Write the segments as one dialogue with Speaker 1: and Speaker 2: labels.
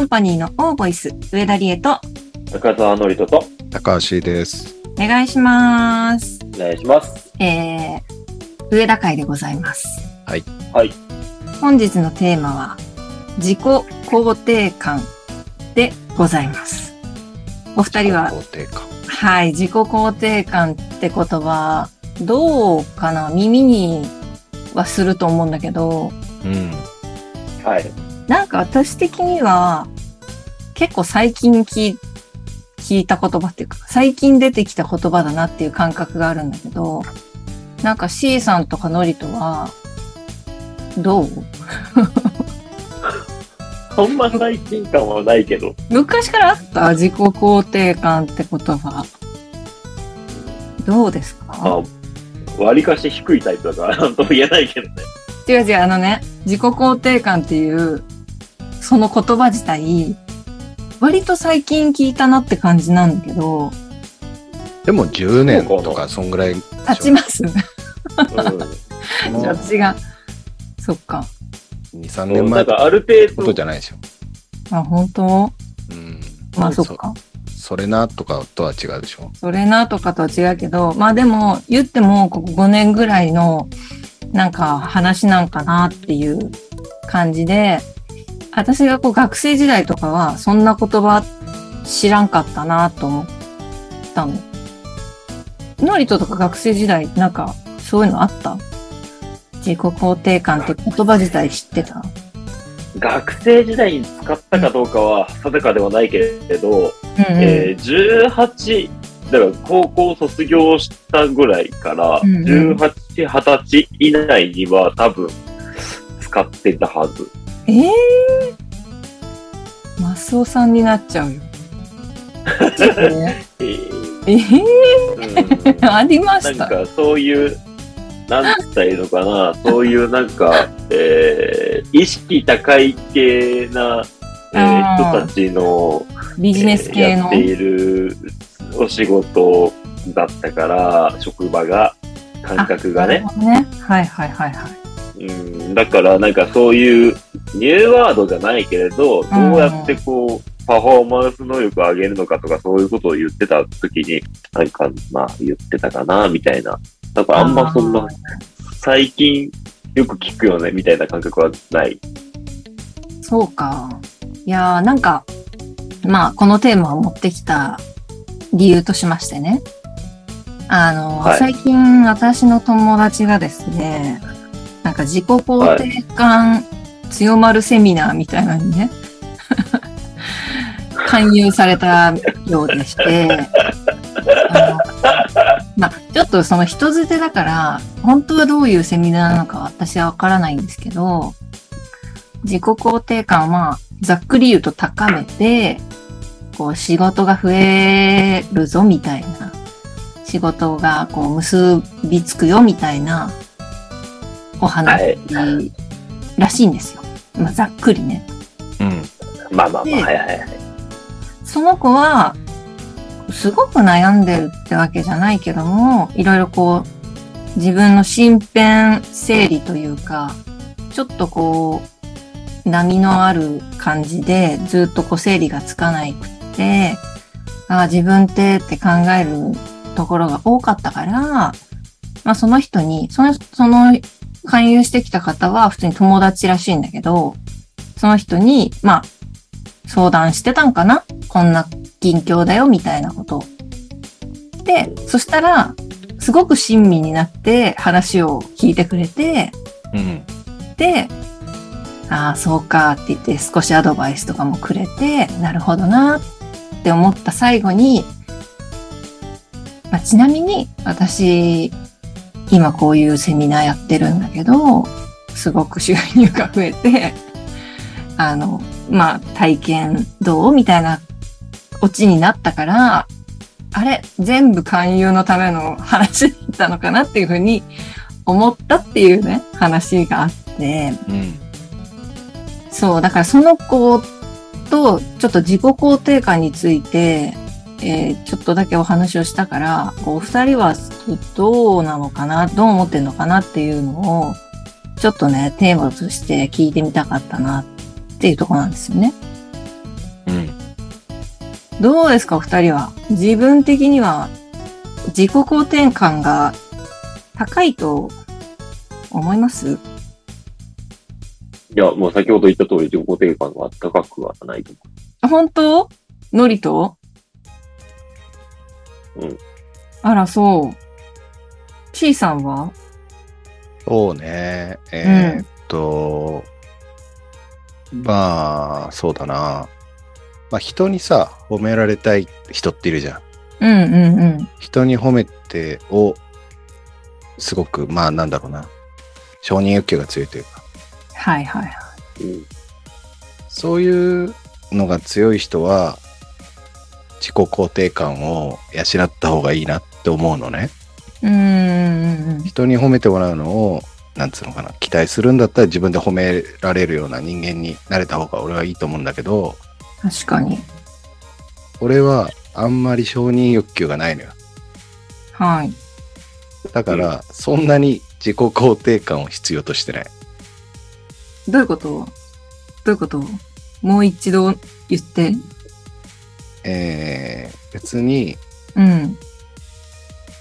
Speaker 1: ンパニーのオーボイス、上田理恵と、
Speaker 2: 中澤のりとと、
Speaker 3: 高橋です。
Speaker 1: お願いします。
Speaker 2: お願いします。
Speaker 1: えー、上田会でございます。
Speaker 3: はい。
Speaker 2: はい。
Speaker 1: 本日のテーマは、自己肯定感でございます。お二人は、
Speaker 3: 肯定感
Speaker 1: はい、自己肯定感って言葉、どうかな耳にはすると思うんだけど、
Speaker 3: うん。
Speaker 2: はい。
Speaker 1: なんか私的には、結構最近聞い聞いた言葉っていうか、最近出てきた言葉だなっていう感覚があるんだけど、なんか C さんとかノリとは、どう
Speaker 2: あんま最近感はないけど、
Speaker 1: 昔からあった自己肯定感って言葉。どうですか
Speaker 2: あ、割かし低いタイプだから、 なんとも言えないけどね。
Speaker 1: 違う違う、あのね、自己肯定感っていう、その言葉自体、割と最近聞いたなって感じなんだけど、
Speaker 3: でも10年
Speaker 2: そうか
Speaker 3: とかそんぐらいでしょ
Speaker 1: 立ちます。
Speaker 2: うん
Speaker 1: 違う。そっか。
Speaker 3: 2、3
Speaker 2: うん
Speaker 3: 年
Speaker 2: な
Speaker 3: 前
Speaker 2: ん
Speaker 3: の
Speaker 2: かある
Speaker 3: こ
Speaker 2: 程
Speaker 3: と
Speaker 2: 度、
Speaker 3: じゃないですよ。
Speaker 1: あ、本当
Speaker 3: うん。
Speaker 1: まあそっか。
Speaker 3: そ。それなとかとは違うでしょ。
Speaker 1: それなとかとは違うけど、まあでも、言っても、ここ5年ぐらいの、なんか話なんかなっていう感じで、私がこう学生時代とかは、そんな言葉知らんかったなと思ったの。ノリトとか学生時代、なんか、そういうのあった自己肯定感って言葉自体知ってた
Speaker 2: 学生時代に使ったかどうかは定かではないけれど、
Speaker 1: うんうん。
Speaker 2: えー18、だから高校卒業したぐらいから、
Speaker 1: うんうん
Speaker 2: 18、20歳以内には多分使ってたはず。
Speaker 1: ええマスオさんになっちゃう よ。
Speaker 2: えー
Speaker 1: ええ
Speaker 2: うん
Speaker 1: ありま
Speaker 2: な
Speaker 1: し
Speaker 2: ん
Speaker 1: た。
Speaker 2: かそういう、なんつったらいいのかな、そういうなんか、 えー、意識高い系な、えー
Speaker 1: あー
Speaker 2: 人たちの、
Speaker 1: ビジネス
Speaker 2: え
Speaker 1: 系
Speaker 2: ーや
Speaker 1: の
Speaker 2: って。いるお仕事だったから、職場が、感覚がね。
Speaker 1: あ。なるほどねはいはいはいはい。
Speaker 2: うん、だからなんかそういう、ニューワードじゃないけれど、どうやってこう、パフォーマンス能力を上げるのかとか、そういうことを言ってた時に、なんか、まあ、言ってたかな、みたいな。なんかあんまそんな
Speaker 1: あー
Speaker 2: 最近よく聞くよねみたいな感覚はない。
Speaker 1: そうか。いやーなんか、まあ、このテーマを持ってきた理由としましてね。あの、
Speaker 2: はい
Speaker 1: 最近私の友達がですね、なんか自己肯定感強まるセミナーみたいなのに ね、勧誘されたようでして、あのまあ、ちょっとその人づてだから、本当はどういうセミナーなのか私はわからないんですけど、自己肯定感はざっくり言うと高めて、こう仕事が増えるぞみたいな、仕事がこう結びつくよみたいなお話
Speaker 2: い。
Speaker 1: らしいんですよ。まあ、ざっくりね。
Speaker 3: うん。
Speaker 2: まあまあま
Speaker 1: ね
Speaker 2: あ、はいはいはい。
Speaker 1: その子は、すごく悩んでるってわけじゃないけども、いろいろこう、自分の身辺整理というか、ちょっとこう、波のある感じで、ずっとこう整理がつかないくって、ああ、自分ってって考えるところが多かったから、まあその人に、その、その、勧誘してきた方は普通に友達らしいんだけど、その人に、まあ、相談してたんかなこんな近況だよ、みたいなことを。で、そしたら、すごく親身になって話を聞いてくれて、
Speaker 3: うん。
Speaker 1: で、ああ、そうかって言って少しアドバイスとかもくれて、なるほどなって思った最後に、まあ、ちなみに私、今こういうセミナーやってるんだけど、すごく収入が増えて、 あの、まあ、体験どうみたいなオチになったから、あれ全部勧誘のための話だったのかなっていうふうに思ったっていうね、話があって、
Speaker 3: うん。
Speaker 1: そう、だからその子とちょっと自己肯定感について、えーちょっとだけお話をしたから、こうお二人はどうなのかな、どう思ってんのかなっていうのを、ちょっとね、テーマとして聞いてみたかったなっていうところなんですよね。
Speaker 3: うん。
Speaker 1: どうですか、お二人は。自分的には自己肯定感が高いと思います
Speaker 2: いや、もう先ほど言った通り自己肯定感が高くはないと
Speaker 1: 本当ノリと
Speaker 2: うん。
Speaker 1: あら、そう。C さんは
Speaker 3: そうね。えーっと、まあ、そうだな。まあ、人にさ、褒められたい人っているじゃん。
Speaker 1: うんうんうん。
Speaker 3: 人に褒めてを、すごく、まあ、なんだろうな。承認欲求が強いというか、
Speaker 1: はいはいはい。
Speaker 2: 思う。うん。
Speaker 3: そういうのが強い人は、自己肯定感を養った方がいいなって思うのね。
Speaker 1: うーん。
Speaker 3: 人に褒めてもらうのを、なんつうのかな、期待するんだったら自分で褒められるような人間になれた方が俺はいいと思うんだけど、
Speaker 1: 確かに。
Speaker 3: 俺はあんまり承認欲求がないのよ。
Speaker 1: はい。
Speaker 3: だから、そんなに自己肯定感を必要としてない。
Speaker 1: どういうことどういうこともう一度言って。
Speaker 3: えー、別に、
Speaker 1: うん。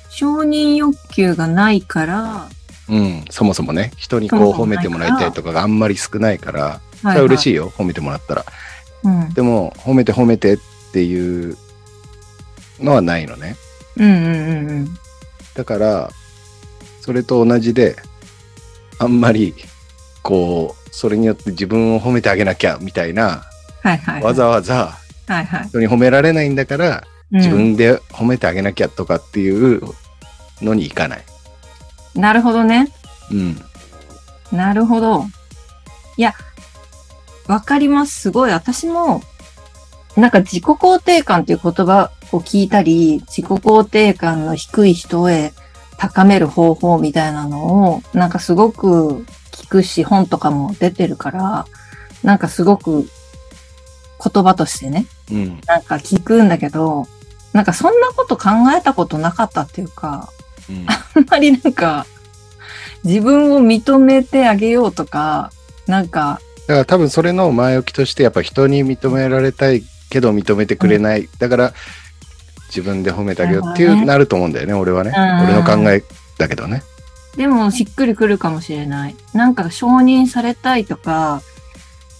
Speaker 1: 承認欲求がないから、
Speaker 3: うん、そもそもね、人に
Speaker 1: そ
Speaker 3: こう
Speaker 1: もそ
Speaker 3: 褒
Speaker 1: も
Speaker 3: め
Speaker 1: ない
Speaker 3: てもらいたいとかがあんまり少ないから、そ
Speaker 1: は
Speaker 3: れは嬉しいよ、褒めてもらったら。
Speaker 1: うん
Speaker 3: でも、褒めて褒めてっていうのはないのね。
Speaker 1: うんうんうんうん。
Speaker 3: だから、それと同じで、あんまり、こう、それによって自分を褒めてあげなきゃみたいな、
Speaker 1: はいはいはい。
Speaker 3: わざわざ
Speaker 1: はいはい。
Speaker 3: 人に褒められないんだから、
Speaker 1: うん
Speaker 3: 自分で褒めてあげなきゃとかっていうのにいかない。
Speaker 1: なるほどね。
Speaker 3: うん。
Speaker 1: なるほど。いや、わかります。すごい。私も、なんか自己肯定感っていう言葉を聞いたり、自己肯定感の低い人へ高める方法みたいなのを、なんかすごく聞くし、本とかも出てるから、なんかすごく言葉としてね、
Speaker 3: うん。
Speaker 1: なんか聞くんだけど、なんかそんなこと考えたことなかったっていうか、
Speaker 3: うん。
Speaker 1: あんまりなんか、自分を認めてあげようとか、なんか、
Speaker 3: だから多分それの前置きとしてやっぱ人に認められたいけど認めてくれない、だから自分で褒めてあげようってい
Speaker 1: なるほど
Speaker 3: う
Speaker 1: ね
Speaker 3: なると思うんだよね俺はね
Speaker 1: うん
Speaker 3: 俺の考えだけどね
Speaker 1: でもしっくりくるかもしれない。なんか承認されたいとか、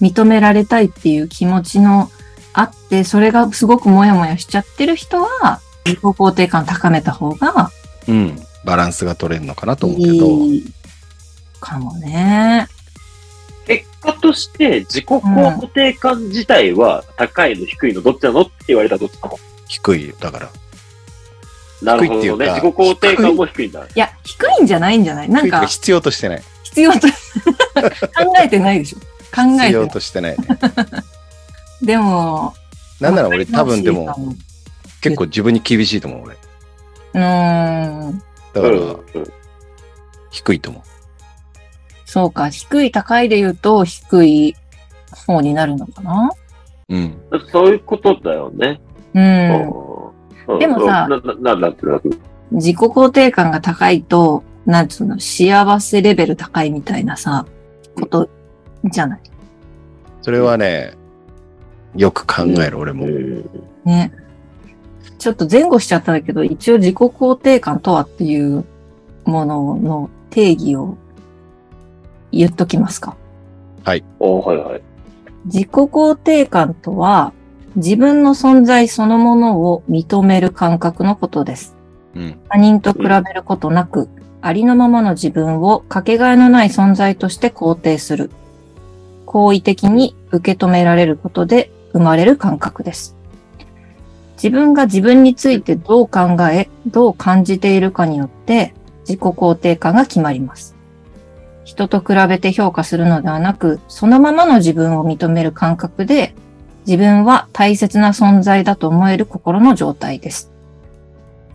Speaker 1: 認められたいっていう気持ちのあって、それがすごくモヤモヤしちゃってる人は、自己肯定感高めた方が
Speaker 3: うんバランスが取れるのかなと思うけど、
Speaker 1: いいかもね。
Speaker 2: 結果として自己肯定感自体は高いの低いのどっちなのって言われたらどっちなの
Speaker 3: 低いよだから
Speaker 2: なるほ
Speaker 3: 低い
Speaker 2: ど
Speaker 3: って
Speaker 2: ね。
Speaker 3: いうか
Speaker 2: 自己肯定感も低いんだ。
Speaker 1: いや、低いんじゃないんじゃないな
Speaker 3: 低
Speaker 1: ん
Speaker 3: いとか
Speaker 1: か、
Speaker 3: 必要としてない
Speaker 1: 必要と、 考えてないでしょ。考え
Speaker 3: 必
Speaker 1: てな
Speaker 3: 要
Speaker 1: い。
Speaker 3: としてない、ね、
Speaker 1: でも、
Speaker 3: なんなら俺
Speaker 1: わかります
Speaker 3: 多分でも。結構自分に厳しいと思う俺
Speaker 1: うーん。
Speaker 3: だか
Speaker 2: うん
Speaker 3: ら低いと思
Speaker 1: そうか。低い高いで言うと、低い方になるのかな
Speaker 3: ううん
Speaker 2: うんそういうことだよね。
Speaker 1: うん。
Speaker 2: うん
Speaker 1: でもさ
Speaker 2: うんな、な、なんていうの
Speaker 1: 自己肯定感が高いと、なんつうの、幸せレベル高いみたいなさ、ことじゃない。
Speaker 3: それはねよく考える、俺も
Speaker 2: うん
Speaker 1: ね。ちょっと前後しちゃったんだけど、一応自己肯定感とはっていうものの定義を言っときますか。
Speaker 2: おはいはい。
Speaker 1: 自己肯定感とは、自分の存在そのものを認める感覚のことです。
Speaker 3: うん
Speaker 1: 他人と比べることなく、ありのままの自分をかけがえのない存在として肯定する。好意的に受け止められることで生まれる感覚です。自分が自分についてどう考え、どう感じているかによって自己肯定感が決まります。人と比べて評価するのではなく、そのままの自分を認める感覚で、自分は大切な存在だと思える心の状態です。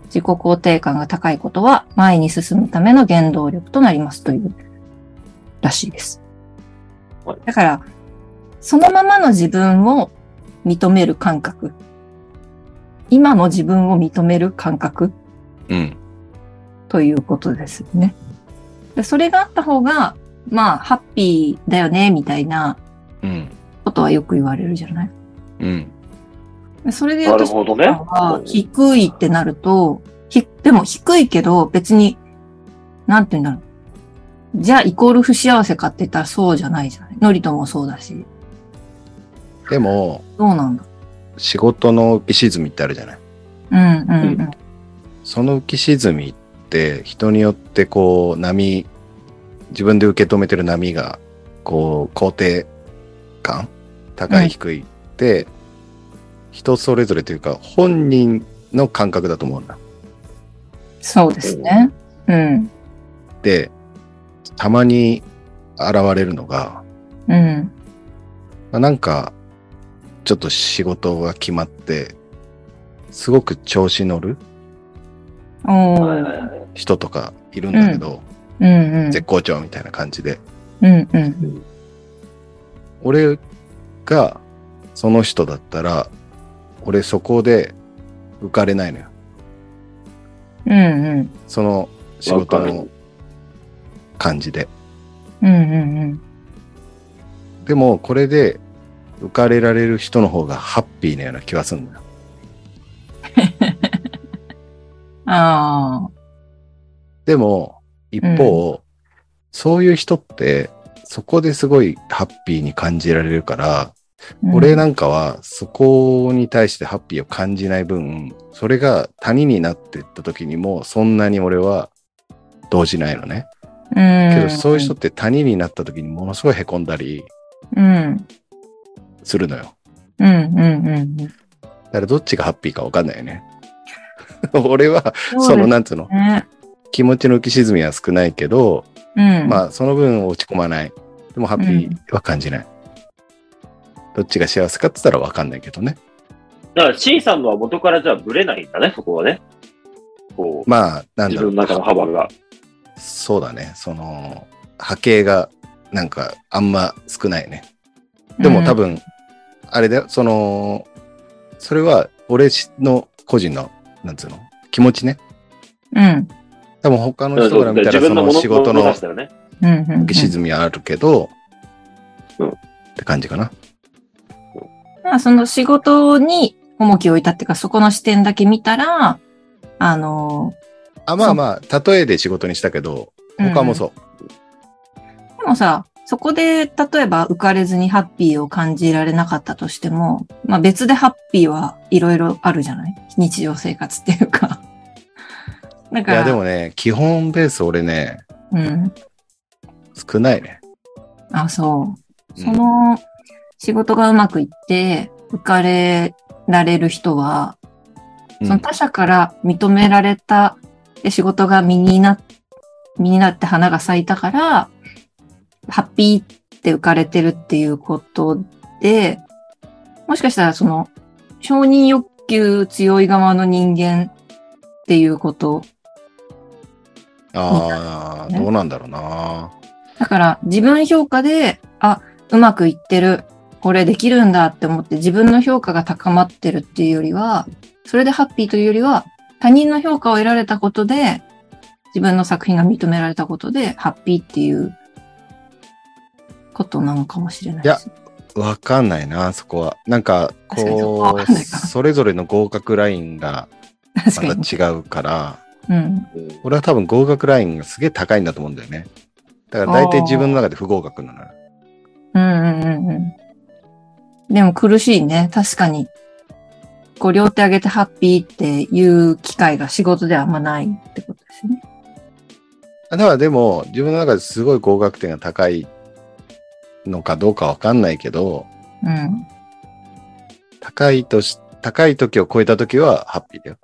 Speaker 1: 自己肯定感が高いことは前に進むための原動力となりますというらしいです
Speaker 2: はい。
Speaker 1: だから、そのままの自分を認める感覚。今の自分を認める感覚
Speaker 3: うん
Speaker 1: ということですよね。でそれがあった方が、まあ、ハッピーだよね、みたいな
Speaker 3: うん
Speaker 1: ことはよく言われるじゃない
Speaker 3: うん
Speaker 1: それで言うと、
Speaker 2: なるほどね
Speaker 1: は低いってなると、ひ、でも低いけど別に、なんて言うんだろう。じゃあイコール不幸せかって言ったらそうじゃないじゃない。ノリともそうだし。
Speaker 3: でも、
Speaker 1: どうなんだ
Speaker 3: 仕事の浮き沈みってあるじゃない。
Speaker 1: うんうんうん。
Speaker 3: その浮き沈みって人によってこう波、自分で受け止めてる波が、こう、肯定感高
Speaker 1: うん
Speaker 3: い低いって、人それぞれというか、本人の感覚だと思うんだ。
Speaker 1: そうですね。うん。
Speaker 3: で、たまに現れるのが、
Speaker 1: うん。
Speaker 3: まあなんか、ちょっと仕事が決まって、すごく調子乗る
Speaker 1: お
Speaker 2: はいはい
Speaker 1: ー。
Speaker 2: はい
Speaker 3: 人とかいるんだけど、
Speaker 1: うんうん。
Speaker 3: 絶好調みたいな感じで、
Speaker 1: うんうん。
Speaker 3: 俺がその人だったら、俺そこで浮かれないのよ。
Speaker 1: うんうん。
Speaker 3: その仕事
Speaker 2: わか
Speaker 3: の感じで。
Speaker 1: うんうんうん。
Speaker 3: でも、これで浮かれられる人の方がハッピーなような気はするんだよ。
Speaker 1: あ
Speaker 3: でも、一方、そういう人って、そこですごいハッピーに感じられるから、
Speaker 1: あ。うん
Speaker 3: 俺なんかはそこに対してハッピーを感じない分、それが谷になってった時にもそんなに俺は動じないのね。けどそういう人っ。て谷になった時にものすごい凹んだり
Speaker 1: うん。
Speaker 3: するのよ。
Speaker 1: うんうんうんうん。
Speaker 3: だからどっちがハッピーかわかんないよね。 俺はそ
Speaker 1: そうで
Speaker 3: の
Speaker 1: す
Speaker 3: なんつうの
Speaker 1: ね。
Speaker 3: 気持ちの浮き沈みは少ないけど、
Speaker 1: うん。
Speaker 3: まあその分落ち込まない。でもハッピーは感じない。どっちが幸せかって言ったらわかんないけどね。
Speaker 2: だから C さんのは元からじゃあブレないんだね、そこはね。こう、
Speaker 3: まあなんだ
Speaker 2: 自
Speaker 3: ろう
Speaker 2: 分の中の幅が。
Speaker 3: そうだね。その、波形が、なんか、あんま少ないね。でも多分、あれだよ、その、それは、俺の個人の、なんつうの、気持ちね。
Speaker 1: うん。うん。
Speaker 3: 多分他の
Speaker 2: だか
Speaker 3: 人から
Speaker 2: ら
Speaker 3: 見たら、
Speaker 2: 自分
Speaker 3: そ
Speaker 2: の
Speaker 3: の
Speaker 2: もの
Speaker 3: 仕事
Speaker 2: もの
Speaker 3: の
Speaker 2: 出したらね。
Speaker 1: うんうんうん
Speaker 3: 浮き沈みはあるけど、
Speaker 2: うん
Speaker 3: って感じかな。
Speaker 1: まあ、その仕事に重きを置いたっていうか、そこの視点だけ見たら、あの、
Speaker 3: あまあまあ、例えで仕事にしたけど、
Speaker 1: うん
Speaker 3: 他もそう。
Speaker 1: でもさ、そこで、例えば浮かれずにハッピーを感じられなかったとしても、まあ別でハッピーはいろいろあるじゃない日常生活っていうか。 だ
Speaker 3: い
Speaker 1: から、
Speaker 3: や、でもね、基本ベース俺ね、
Speaker 1: うん。
Speaker 3: 少ないね。
Speaker 1: あ、そう。
Speaker 3: うん
Speaker 1: その、仕事がうまくいって、浮かれられる人は、
Speaker 3: うん
Speaker 1: その他者から認められた、で仕事が身にな、身になって花が咲いたから、ハッピーって浮かれてるっていうことで、もしかしたらその、承認欲求強い側の人間っていうこと。
Speaker 3: ああ、どうなんだろうな。
Speaker 1: だから自分評価で、あ、うまくいってる。これできるんだって思って自分の評価が高まってるっていうよりは、それでハッピーというよりは、他人の評価を得られたことで、自分の作品が認められたことで、ハッピーっていうことなのかもしれないです。
Speaker 3: わかんないな、そこは。なんか、
Speaker 1: 確かにそこ
Speaker 3: こ
Speaker 1: はわ
Speaker 3: う、
Speaker 1: かんないかな
Speaker 3: それぞれの合格ラインが
Speaker 1: 確か
Speaker 3: ま
Speaker 1: に。
Speaker 3: た違うから、
Speaker 1: うん。
Speaker 2: うん
Speaker 3: 俺は多分合格ラインがすげえ高いんだと思うんだよね。だから大体自分の中で不合格なのよ。
Speaker 1: うんうんうんうん。でも苦しいね。確かに。こう、両手上げてハッピーっていう機会が仕事ではあんまないってことですね。
Speaker 3: だからでも、自分の中ですごい合格点が高いのかどうかわかんないけど、
Speaker 1: うん。
Speaker 3: 高いとし、高い時を超えた時はハッピーだよ。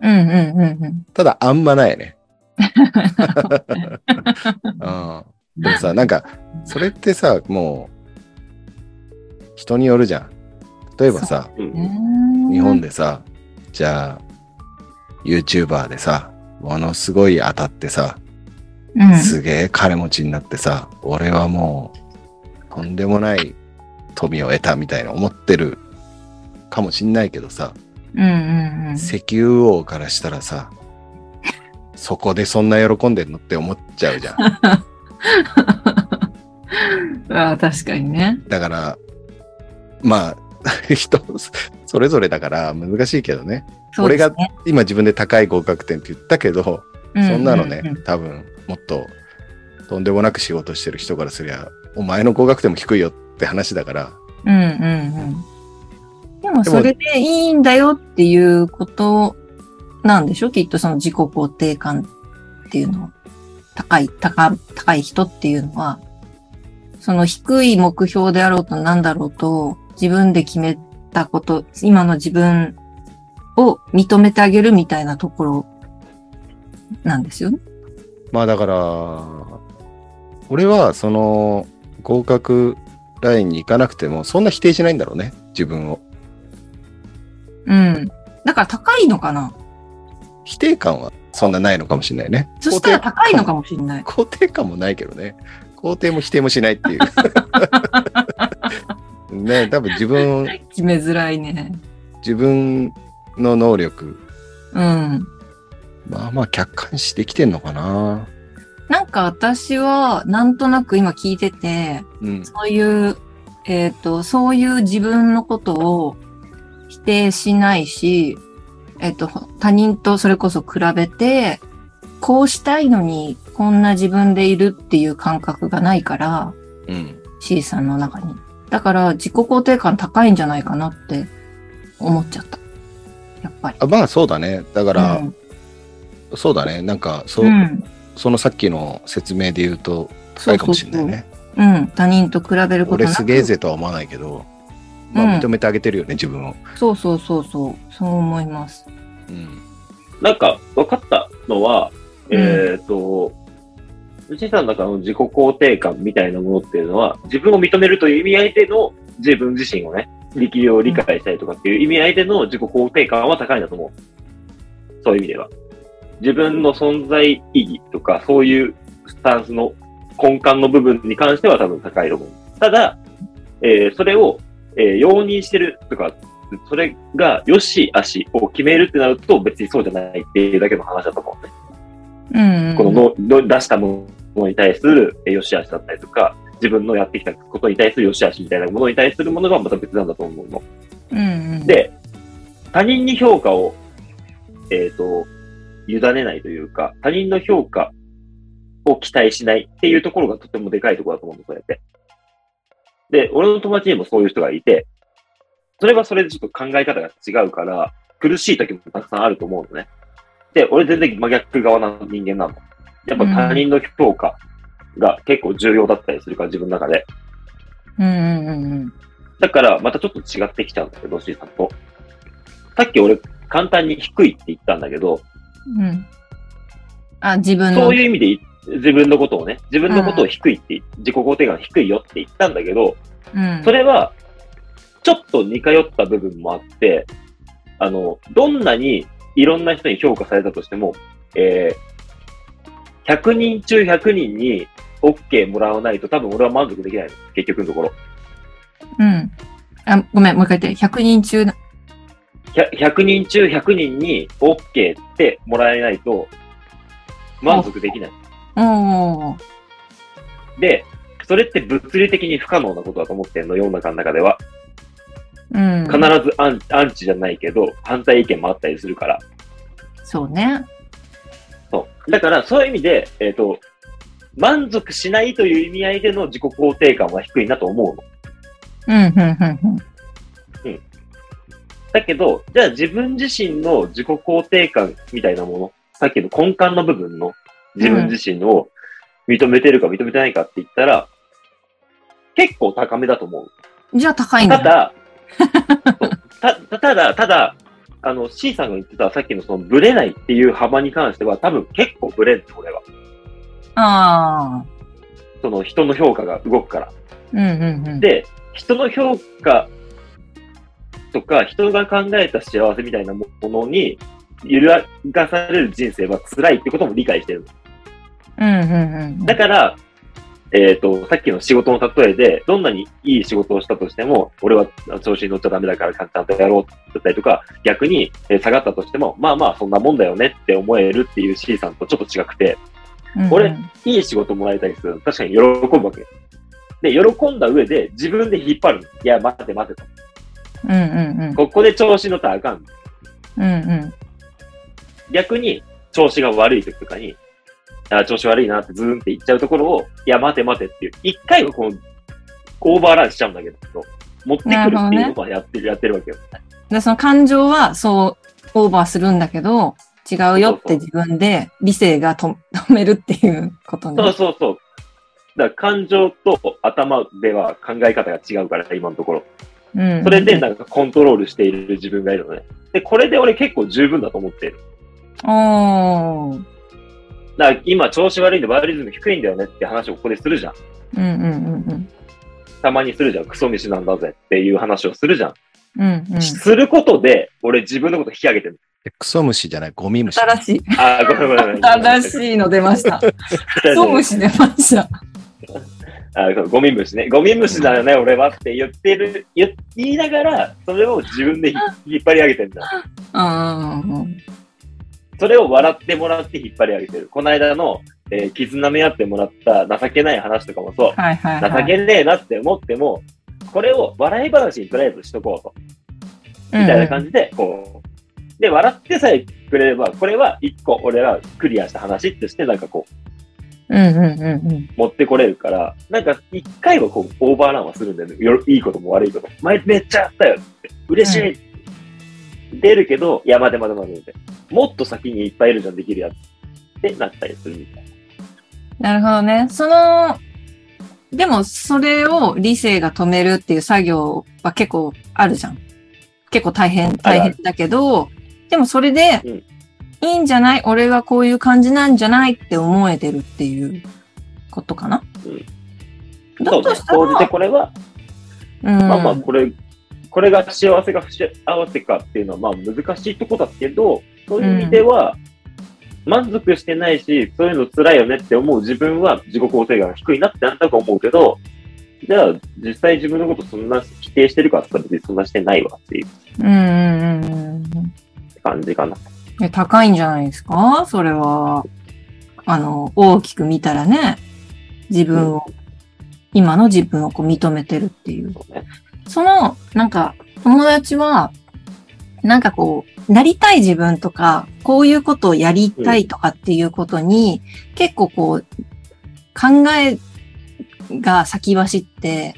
Speaker 1: うんうんうんうん。
Speaker 3: ただ、あんまな いね。うん。でもさ、なんか、それってさ、もう、人によるじゃん。例えばさ、
Speaker 2: うん
Speaker 1: 日
Speaker 3: 日本でさ、じゃあ、YouTuber でさ、ものすごい当たってさ、
Speaker 1: うん、
Speaker 3: すげえ金持ちになってさ、俺はもう、とんでもない富を得たみたいな思ってるかもしんないけどさ、
Speaker 1: うんうんうん。
Speaker 3: 石油王からしたらさ、そこでそんな喜んでんのって思っちゃうじゃん。
Speaker 1: ああ、確かにね。
Speaker 3: だから、まあ、人、それぞれだから難しいけどね。
Speaker 1: そうですね
Speaker 3: 今自分で高い合格点って言ったけど、そんなのね
Speaker 1: ううう、
Speaker 3: 多分もっととんでもなく仕事してる人からすりゃ、お前の合格点も低いよって話だから、
Speaker 1: うんうんうん。でもそれでいいんだよっていうことなんでしょきっとその自己肯定感っていうのは高い、高、高い人っていうのは、その低い目標であろうと何だろうと、自分で決めたこと、今の自分を認めてあげるみたいなところなんですよね。
Speaker 3: まあだから、俺はその合格ラインに行かなくても、そんな否定しないんだろうね、自分を。
Speaker 1: うん。だから高いのかな
Speaker 3: 否定感はそんなないのかもしれないね。
Speaker 1: そしたら
Speaker 3: 肯定
Speaker 1: 高いのかもしれない。
Speaker 3: 肯定感もないけどね。肯定も否定もしな いっていう。ね、多分自分、
Speaker 1: 決めづらいね。
Speaker 3: 自分の能力、
Speaker 1: うん。
Speaker 3: まあまあ客観視できてんのかな。
Speaker 1: なんか私は、なんとなく今聞いてて、
Speaker 3: うん。
Speaker 1: そういう、えっ、と、そういう自分のことを否定しないし、えっ、と、他人とそれこそ比べて、こうしたいのに、こんな自分でいるっていう感覚がないから、
Speaker 3: うん。
Speaker 1: C さんの中に。だから、自己肯定感高いんじゃないかなって思っちゃった。やっぱり。
Speaker 3: あまあそうだね。だから、
Speaker 1: うん
Speaker 3: そうだね。なんか、そう、
Speaker 1: うん。
Speaker 3: そのさっきの説明で言うと、高いかもしれないね。
Speaker 1: うん。他人と比べること
Speaker 3: 俺
Speaker 1: なく
Speaker 3: すげえぜとは思わないけど、ま
Speaker 1: う
Speaker 3: あ
Speaker 1: ん
Speaker 3: 認めてあげてるよね、自分を。
Speaker 1: そうそうそうそう。そう思います。
Speaker 3: うん。
Speaker 2: なんか、分かったのは、
Speaker 1: うん
Speaker 2: えっ、と、藤井さんの中の自己肯定感みたいなものっていうのは、自分を認めるという意味合いでの自分自身をね、力量を理解したりとかっていう意味合いでの自己肯定感は高いんだと思う。そういう意味では。自分の存在意義とか、そういうスタンスの根幹の部分に関しては多分高いと思う。ただ、えーそれを、えー容認してるとか、それが良し悪しを決めるってなると別にそうじゃないっていうだけの話だと思うね。
Speaker 1: うんうん、
Speaker 2: こののの出したものに対するえー良し悪しだったりとか、自分のやってきたことに対する良し悪しみたいなものに対するものがまた別なんだと思うの。
Speaker 1: うんうん、
Speaker 2: で、他人に評価を、えっ、と、委ねないというか、他人の評価を期待しないっていうところがとてもでかいところだと思うの、それって。で、俺の友達にもそういう人がいて、それはそれでちょっと考え方が違うから、苦しい時もたくさんあると思うのね。で、俺全然真逆側な人間なの。やっぱ他人の評価が結構重要だったりするから、自分の中で。
Speaker 1: うんうんうんうん、
Speaker 2: だから、またちょっと違ってきちゃうんだけど、C さんと。さっき俺、簡単に低いって言ったんだけど、
Speaker 1: うん。あ、自分の。
Speaker 2: そういう意味でい自分のことをね、自分のことを低いって、自己肯定感低いよって言ったんだけど、
Speaker 1: うん、
Speaker 2: それは、ちょっと似通った部分もあって、あの、どんなにいろんな人に評価されたとしても、えー、100人中100人に OK もらわないと多分俺は満足できないの。結局のところ。
Speaker 1: うん。あ、ごめん、もう一回言って。100人中な、
Speaker 2: 100人中100人に OK ってもらえないと満足できない。
Speaker 1: おー
Speaker 2: で、それって物理的に不可能なことだと思ってんの、世の中の中では。
Speaker 1: うん。
Speaker 2: 必ずアンアンチじゃないけど、反対意見もあったりするから。
Speaker 1: そうね。
Speaker 2: そう。だから、そういう意味で、えっ、と、満足しないという意味合いでの自己肯定感は低いなと思うの。
Speaker 1: うん、うん、うん、
Speaker 2: だけど、じゃあ自分自身の自己肯定感みたいなもの、さっきの根幹の部分の自分自身を認めてるか認めてないかって言ったら、結構高めだと思う。
Speaker 1: うん。じゃあ高いん
Speaker 2: た
Speaker 1: だ。
Speaker 2: だ、 そうたただ、ただ、あの、C さんが言ってたさっきのそのブレないっていう幅に関しては多分結構ブレる、俺は。
Speaker 1: ああ。
Speaker 2: その人の評価が動くから。
Speaker 1: うん、うん、うん。
Speaker 2: で、人の評価とか、人が考えた幸せみたいなものに揺らがされる人生は辛いってことも理解してる。
Speaker 1: うん、うん、うん。
Speaker 2: だから、えっ、と、さっきの仕事の例えで、どんなにいい仕事をしたとしても、俺は調子に乗っちゃダメだから、ちゃんとやろうだったりとか、逆にえー下がったとしても、まあまあ、そんなもんだよねって思えるっていう C さんとちょっと違くて、
Speaker 1: うんうん
Speaker 2: 俺いい仕事もらえたりする。確かに喜ぶわけ。で、喜んだ上で自分で引っ張る。いや、待て待てと。
Speaker 1: うんうん
Speaker 2: ここで調子乗ったらあかん。
Speaker 1: うん。うんうん。
Speaker 2: 逆に、調子が悪い時とかに、あー調子悪いなってズーンって言っちゃうところを、いや、待て待てっていう、一回はこの、オーバーランしちゃうんだけど、持ってくるっていうのはやってる、やってるわけよ。
Speaker 1: で、その感情はそうオーバーするんだけど、違うよって自分で理性がと止めるっていうことね。
Speaker 2: そうそうそう。だから感情と頭では考え方が違うから、今のところ。
Speaker 1: うんうん
Speaker 2: それでなんかコントロールしている自分がいるのね。で、これで俺結構十分だと思ってる。
Speaker 1: おー。
Speaker 2: だから今調子悪いんでバイオリズム低いんだよねって話をここでするじゃん。
Speaker 1: うんうんうん
Speaker 2: たまにするじゃん。クソ飯なんだぜっていう話をするじゃん。
Speaker 1: うん。うんうん。
Speaker 2: することで、俺自分のこと引き上げてる。
Speaker 3: えクソ虫じゃない、ゴミ虫。
Speaker 1: 新しい。
Speaker 2: あー、ごめん ごめんごめん。
Speaker 1: 新しいの出ました。そう
Speaker 2: 虫。
Speaker 1: 虫出ました。
Speaker 2: あーそうゴミ虫ね。ゴミ虫だよね、俺はって言ってる、言言いながら、それを自分で引引っ張り上げてるんだ。
Speaker 1: うんうんうん。
Speaker 2: それを笑ってもらって引っ張り上げてる。この間の、えー絆め合ってもらった情けない話とかもそう。
Speaker 1: はいはい、はい。
Speaker 2: 情けねえなって思っても、これを笑い話にとりあえずしとこうと。
Speaker 1: み
Speaker 2: みたいな感じで、こう。で、笑ってさえくれれば、これは一個俺らクリアした話として、なんかこう、
Speaker 1: うんうんうんうん。
Speaker 2: 持ってこれるから、なんか一回はこう、オーバーランはするんだよね。よろいいことも悪いことも。前めっちゃやったよって。嬉しい、出るけど、いや、待て待て待て待て。もっと先にいっぱいいるじゃん、できるやつ。ってなったりするみたいな。
Speaker 1: なるほどね。その、でもそれを理性が止めるっていう作業は結構あるじゃん。結構大変、大変だけど、でもそれで、
Speaker 2: うん
Speaker 1: いいんじゃない俺はこういう感じなんじゃないって思えてるっていうことかな。だ
Speaker 2: そう
Speaker 1: と
Speaker 2: ね。
Speaker 1: したら
Speaker 2: 総じてこれは、
Speaker 1: うん。
Speaker 2: まあまあ、これ、これが幸せが不幸せかっていうのは、まあ難しいとこだけど、そういう意味では、満足してないし、そういうの辛いよねって思う自分は自己肯定感が低いなってなんとなく思うけど、じゃあ、実際自分のことそんな否定してるかって言ったら別にそんなしてないわっていう
Speaker 1: うんうんうんうん
Speaker 2: 感じかな。
Speaker 1: え。高いんじゃないですかそれは。あの、大きく見たらね、自分を、今の自分をこう認めてるっていう。
Speaker 2: そうね
Speaker 1: その、なんか、友達は、なんかこう、なりたい自分とか、こういうことをやりたいとかっていうことに、結構こう、考えが先走って、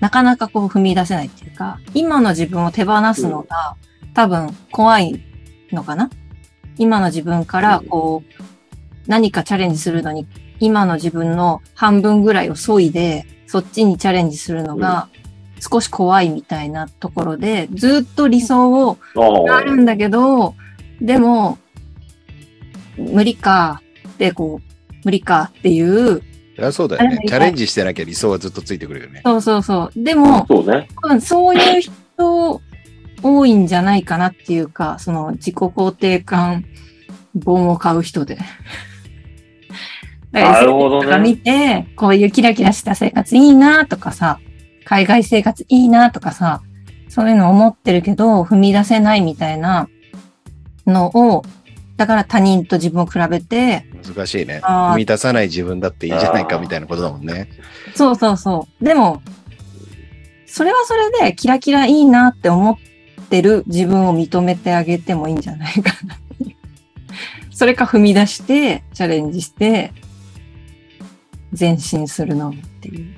Speaker 1: なかなかこう踏み出せないっていうか、今の自分を手放すのが、多分怖いのかな今の自分からこう、何かチャレンジするのに、今の自分の半分ぐらいを削いで、そっちにチャレンジするのが、少し怖いみたいなところで、ずっと理想を
Speaker 2: あ
Speaker 1: あるんだけど、でも、無理かってこう、無理かっていう、
Speaker 3: そりゃそうだよ
Speaker 1: あ
Speaker 3: ね
Speaker 1: れ。
Speaker 3: チャレンジしてなきゃ理想はずっとついてくるよね。
Speaker 1: そうそうそう。で
Speaker 2: あ
Speaker 1: も、
Speaker 2: そうね。
Speaker 1: 多分そういう人多いんじゃないかなっていうか、その自己肯定感本を買う人で。だから
Speaker 2: なるほどね
Speaker 1: 世界とか見て、こういうキラキラした生活いいなとかさ、海外生活いいなとかさ、そういうの思ってるけど、踏み出せないみたいなのを、だから他人と自分を比べて、
Speaker 3: 難しいね。
Speaker 1: あー
Speaker 3: 踏み出さない自分だっていいじゃないかみたいなことだもんね。
Speaker 1: そうそうそう。でも、それはそれでキラキラいいなって思ってる自分を認めてあげてもいいんじゃないかなっていう。それか踏み出して、チャレンジして、前進するのみっていう、
Speaker 3: うん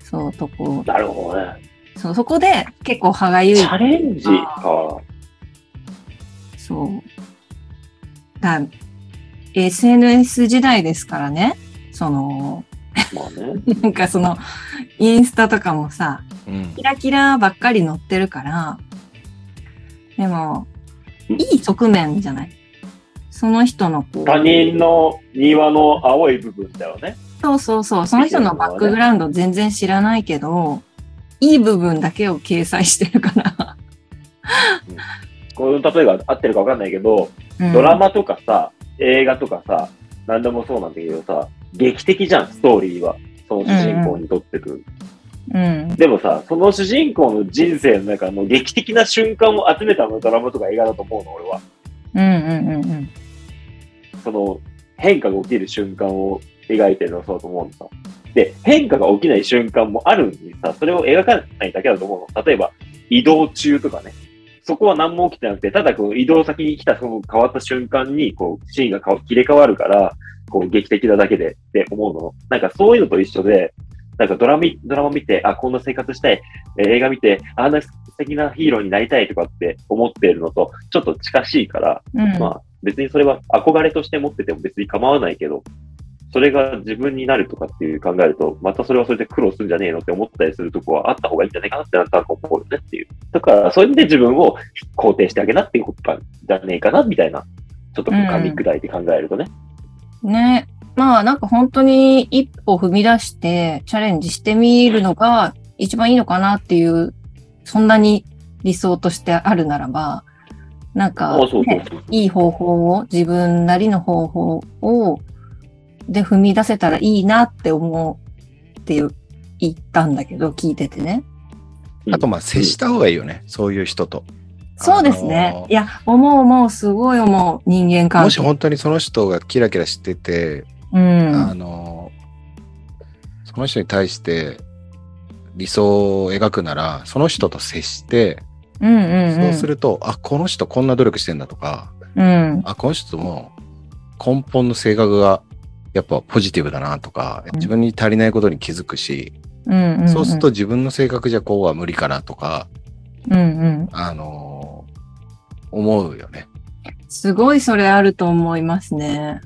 Speaker 1: そうとこ、
Speaker 2: なるほどね。
Speaker 1: そうそこで結構歯がゆい
Speaker 2: チ。ャレンジか。
Speaker 1: そう。だ SNS 時代ですからね、その、
Speaker 2: まあね。
Speaker 1: なんかその、インスタとかもさ、
Speaker 3: うん
Speaker 1: キラキラばっかり載ってるから、でも、
Speaker 2: う
Speaker 1: い
Speaker 2: ん
Speaker 1: い側面じゃないその人のこう、
Speaker 2: 他人の庭の青い部分だよね。
Speaker 1: そうそうそう、その人のバックグラウンド全然知らないけど、いい部分だけを掲載してる から。
Speaker 2: この例えが合ってるかわかんないけど、
Speaker 1: うん
Speaker 2: ドラマとかさ、映画とかさ、何でもそうなんだけどさ、劇的じゃん、ストーリーは。その主人公にとってくる。
Speaker 1: うん。
Speaker 2: でもさ、その主人公の人生の中の劇的な瞬間を集めたのがドラマとか映画だと思うの、俺は。
Speaker 1: うんうんうんうん。
Speaker 2: その変化が起きる瞬間を描いてるのはそうだと思うのさ。で、変化が起きない瞬間もあるのにさ、それを描かないだけだと思うの。例えば、移動中とかね。そこは何も起きてなくて、ただこう移動先に来たその変わった瞬間に、こう、シーンが変わ切れ替わるから、こう、劇的なだけでって思うの。なんかそういうのと一緒で、なんかドラミ、ドラマ見て、あ、こんな生活したい、えー映画見て、あんな素敵なヒーローになりたいとかって思っているのと、ちょっと近しいから、
Speaker 1: うん。
Speaker 2: まあ、別にそれは憧れとして持ってても別に構わないけど、それが自分になるとかっていう考えると、またそれはそれで苦労するんじゃねえのって思ったりするとこはあった方がいいんじゃないかなってなんとなく思うよねっていう。だから、そういう意味で自分を肯定してあげなっていうことじゃねえかなみたいな、ちょっとこう噛み砕いて考えるとね。
Speaker 1: ね。まあなんか本当に一歩踏み出してチャレンジしてみるのが一番いいのかなっていう、そんなに理想としてあるならば、なんか、
Speaker 2: ああ、そうそう
Speaker 1: ね
Speaker 2: そう。
Speaker 1: いい方法を、自分なりの方法を、で踏み出せたらいいなって思うっていう言ったんだけど、聞いててね。
Speaker 3: あと、まあ、接した方がいいよね。そういう人と。
Speaker 1: そうですね。
Speaker 3: あのー
Speaker 1: いや、思う思う、すごい思う、人間関係。
Speaker 3: もし本当にその人がキラキラしてて、
Speaker 1: うん。
Speaker 3: あの、その人に対して理想を描くなら、その人と接して、
Speaker 1: うんうん、うん。
Speaker 3: そうすると、あ、この人こんな努力してんだとか、
Speaker 1: うん。
Speaker 3: あ、この人も根本の性格がやっぱポジティブだなとか、
Speaker 1: ん
Speaker 3: 自分に足りないことに気づくし、
Speaker 1: うん、うん。
Speaker 3: そうすると、自分の性格じゃこうは無理かなとか、
Speaker 1: うんうん。
Speaker 3: あの、思うよね。
Speaker 1: すごいそれあると思いますね。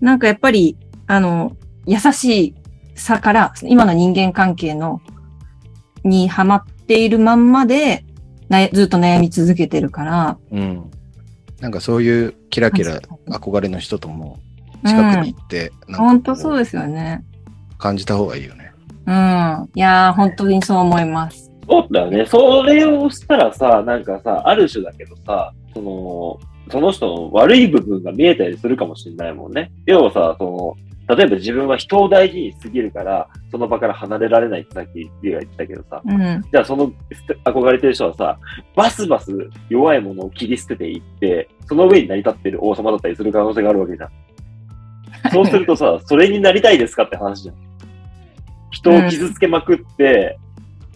Speaker 1: なんかやっぱり、あの、優しさから、今の人間関係の、にハマっているまんまで、なずっと悩み続けてるから、
Speaker 3: うん。なんかそういうキラキラ憧れの人とも近くに行って、なんか
Speaker 1: 本当そう
Speaker 3: こ
Speaker 1: ですよね。
Speaker 3: う感じた方がいいよね。
Speaker 1: うん。いやー、本当にそう思います。
Speaker 2: そうだよね。それをしたらさ、なんかさ、ある種だけどさ、その、その人の悪い部分が見えたりするかもしれないもんね。要はさ、その、例えば自分は人を大事にしすぎるから、その場から離れられないってさっき、リュウが言ってたけどさ、
Speaker 1: うん。
Speaker 2: じゃあその憧れてる人はさ、バスバス弱いものを切り捨てていって、その上に成り立ってる王様だったりする可能性があるわけじ ゃん。そうするとさ、それになりたいですかって話じゃん。人を傷つけまくって、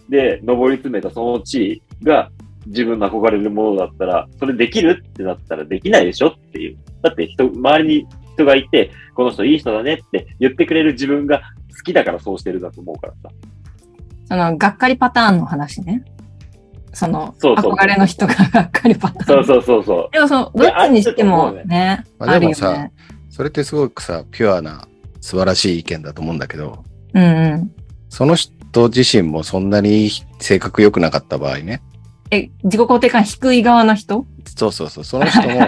Speaker 2: で、上り詰めたその地位が自分の憧れるものだったら、それできるってなったらできないでしょっていう。だって人、周りに人がいて、この人いい人だねって言ってくれる自分が好きだからそうしてるんだと思うから さ。
Speaker 1: その、がっかりパターンの話ね。その、
Speaker 2: そうそう
Speaker 1: 憧れの人ががっかりパターン。
Speaker 2: そうそうそうそう。
Speaker 1: でもその、どっちにしてもね、
Speaker 3: いやあ
Speaker 1: あ
Speaker 3: る
Speaker 1: る
Speaker 3: と
Speaker 1: よ
Speaker 3: 思うね
Speaker 1: ね。
Speaker 3: それってすごくさ、ピュアな素晴らしい意見だと思うんだけど、
Speaker 1: うんうん。
Speaker 3: その人自身もそんなに性格良くなかった場合ね。
Speaker 1: え、自己肯定感低い側の人
Speaker 3: そうそうそう、その人 も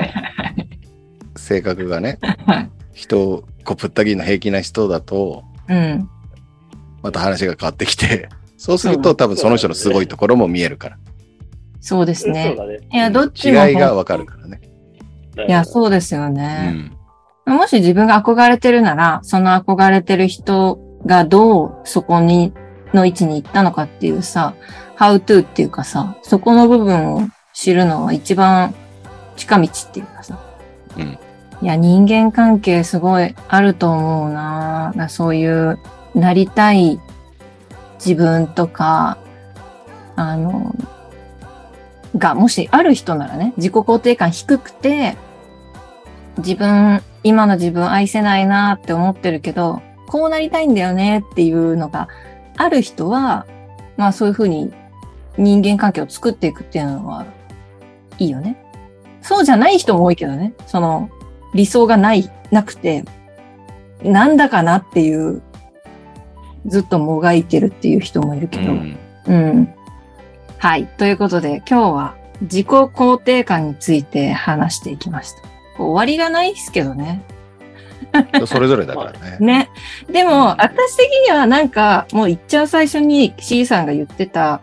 Speaker 3: 性格がね、
Speaker 1: はい。
Speaker 3: 人をこうぶった切りの平気な人だと、
Speaker 1: うん。
Speaker 3: また話が変わってきて、そうすると多分その人のすごいところも見えるから。
Speaker 1: そうです
Speaker 2: そう
Speaker 1: ね。
Speaker 2: だね。
Speaker 1: いや、どっちも。
Speaker 3: 違いがわかるからね。
Speaker 2: い
Speaker 1: いや、そうですよ
Speaker 3: う
Speaker 1: ね。
Speaker 3: ん。
Speaker 1: もし自分が憧れてるなら、その憧れてる人がどうそこに、の位置に行ったのかっていうさ、how to っていうかさ、そこの部分を知るのは一番近道っていうかさ。
Speaker 3: うん
Speaker 1: いや、人間関係すごいあると思うなだからそういう、なりたい自分とか、あの、が、もしある人ならね、自己肯定感低くて、自分、今の自分愛せないなって思ってるけど、こうなりたいんだよねっていうのがある人は、まあそういうふうに人間関係を作っていくっていうのはいいよね。そうじゃない人も多いけどね。その理想がない、なくて、なんだかなっていう、ずっともがいてるっていう人もいる
Speaker 3: う
Speaker 1: けど。
Speaker 3: ん。
Speaker 1: うん。はい。ということで、今日は自己肯定感について話していきました。こう終わりがないですけどね。
Speaker 3: 人それぞれだからね。
Speaker 1: ね。でも、私的にはなんか、もう一番最初に C さんが言ってた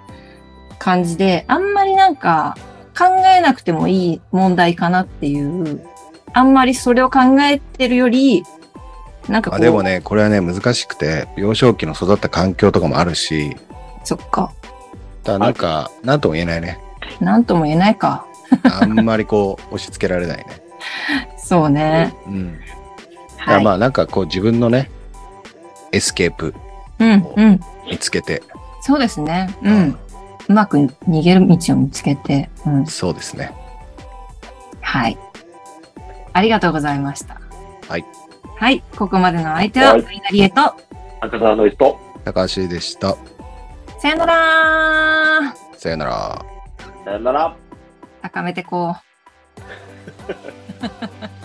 Speaker 1: 感じで、あんまりなんか考えなくてもいい問題かなっていう、あんまりそれを考えてるより、なんかこ
Speaker 3: まあ
Speaker 1: う、
Speaker 3: でもね、これはね、難しくて、幼少期の育った環境とかもあるし、
Speaker 1: そっか、
Speaker 3: だからなんか、なんとも言えないね。
Speaker 1: なんとも言えないか。
Speaker 3: あんまりこう、押し付けられないね。
Speaker 1: そうね。
Speaker 3: うん。だか
Speaker 1: は
Speaker 3: ら
Speaker 1: い。
Speaker 3: まあなんかこう、自分のね、エスケープ
Speaker 1: うん、うん。
Speaker 3: 見つけて、
Speaker 1: そうですね。うん。うまく逃げる道を見つけて、うん、
Speaker 3: そうですね。
Speaker 1: はい。ありがとうございました。
Speaker 3: はい。
Speaker 1: はい、ここまでの相手は、
Speaker 2: はい
Speaker 1: ファイナリエと、
Speaker 2: 赤澤のイスト。
Speaker 3: 高橋でした。
Speaker 1: さよなら
Speaker 3: さよなら。
Speaker 2: さよなら。
Speaker 1: 高めてこう。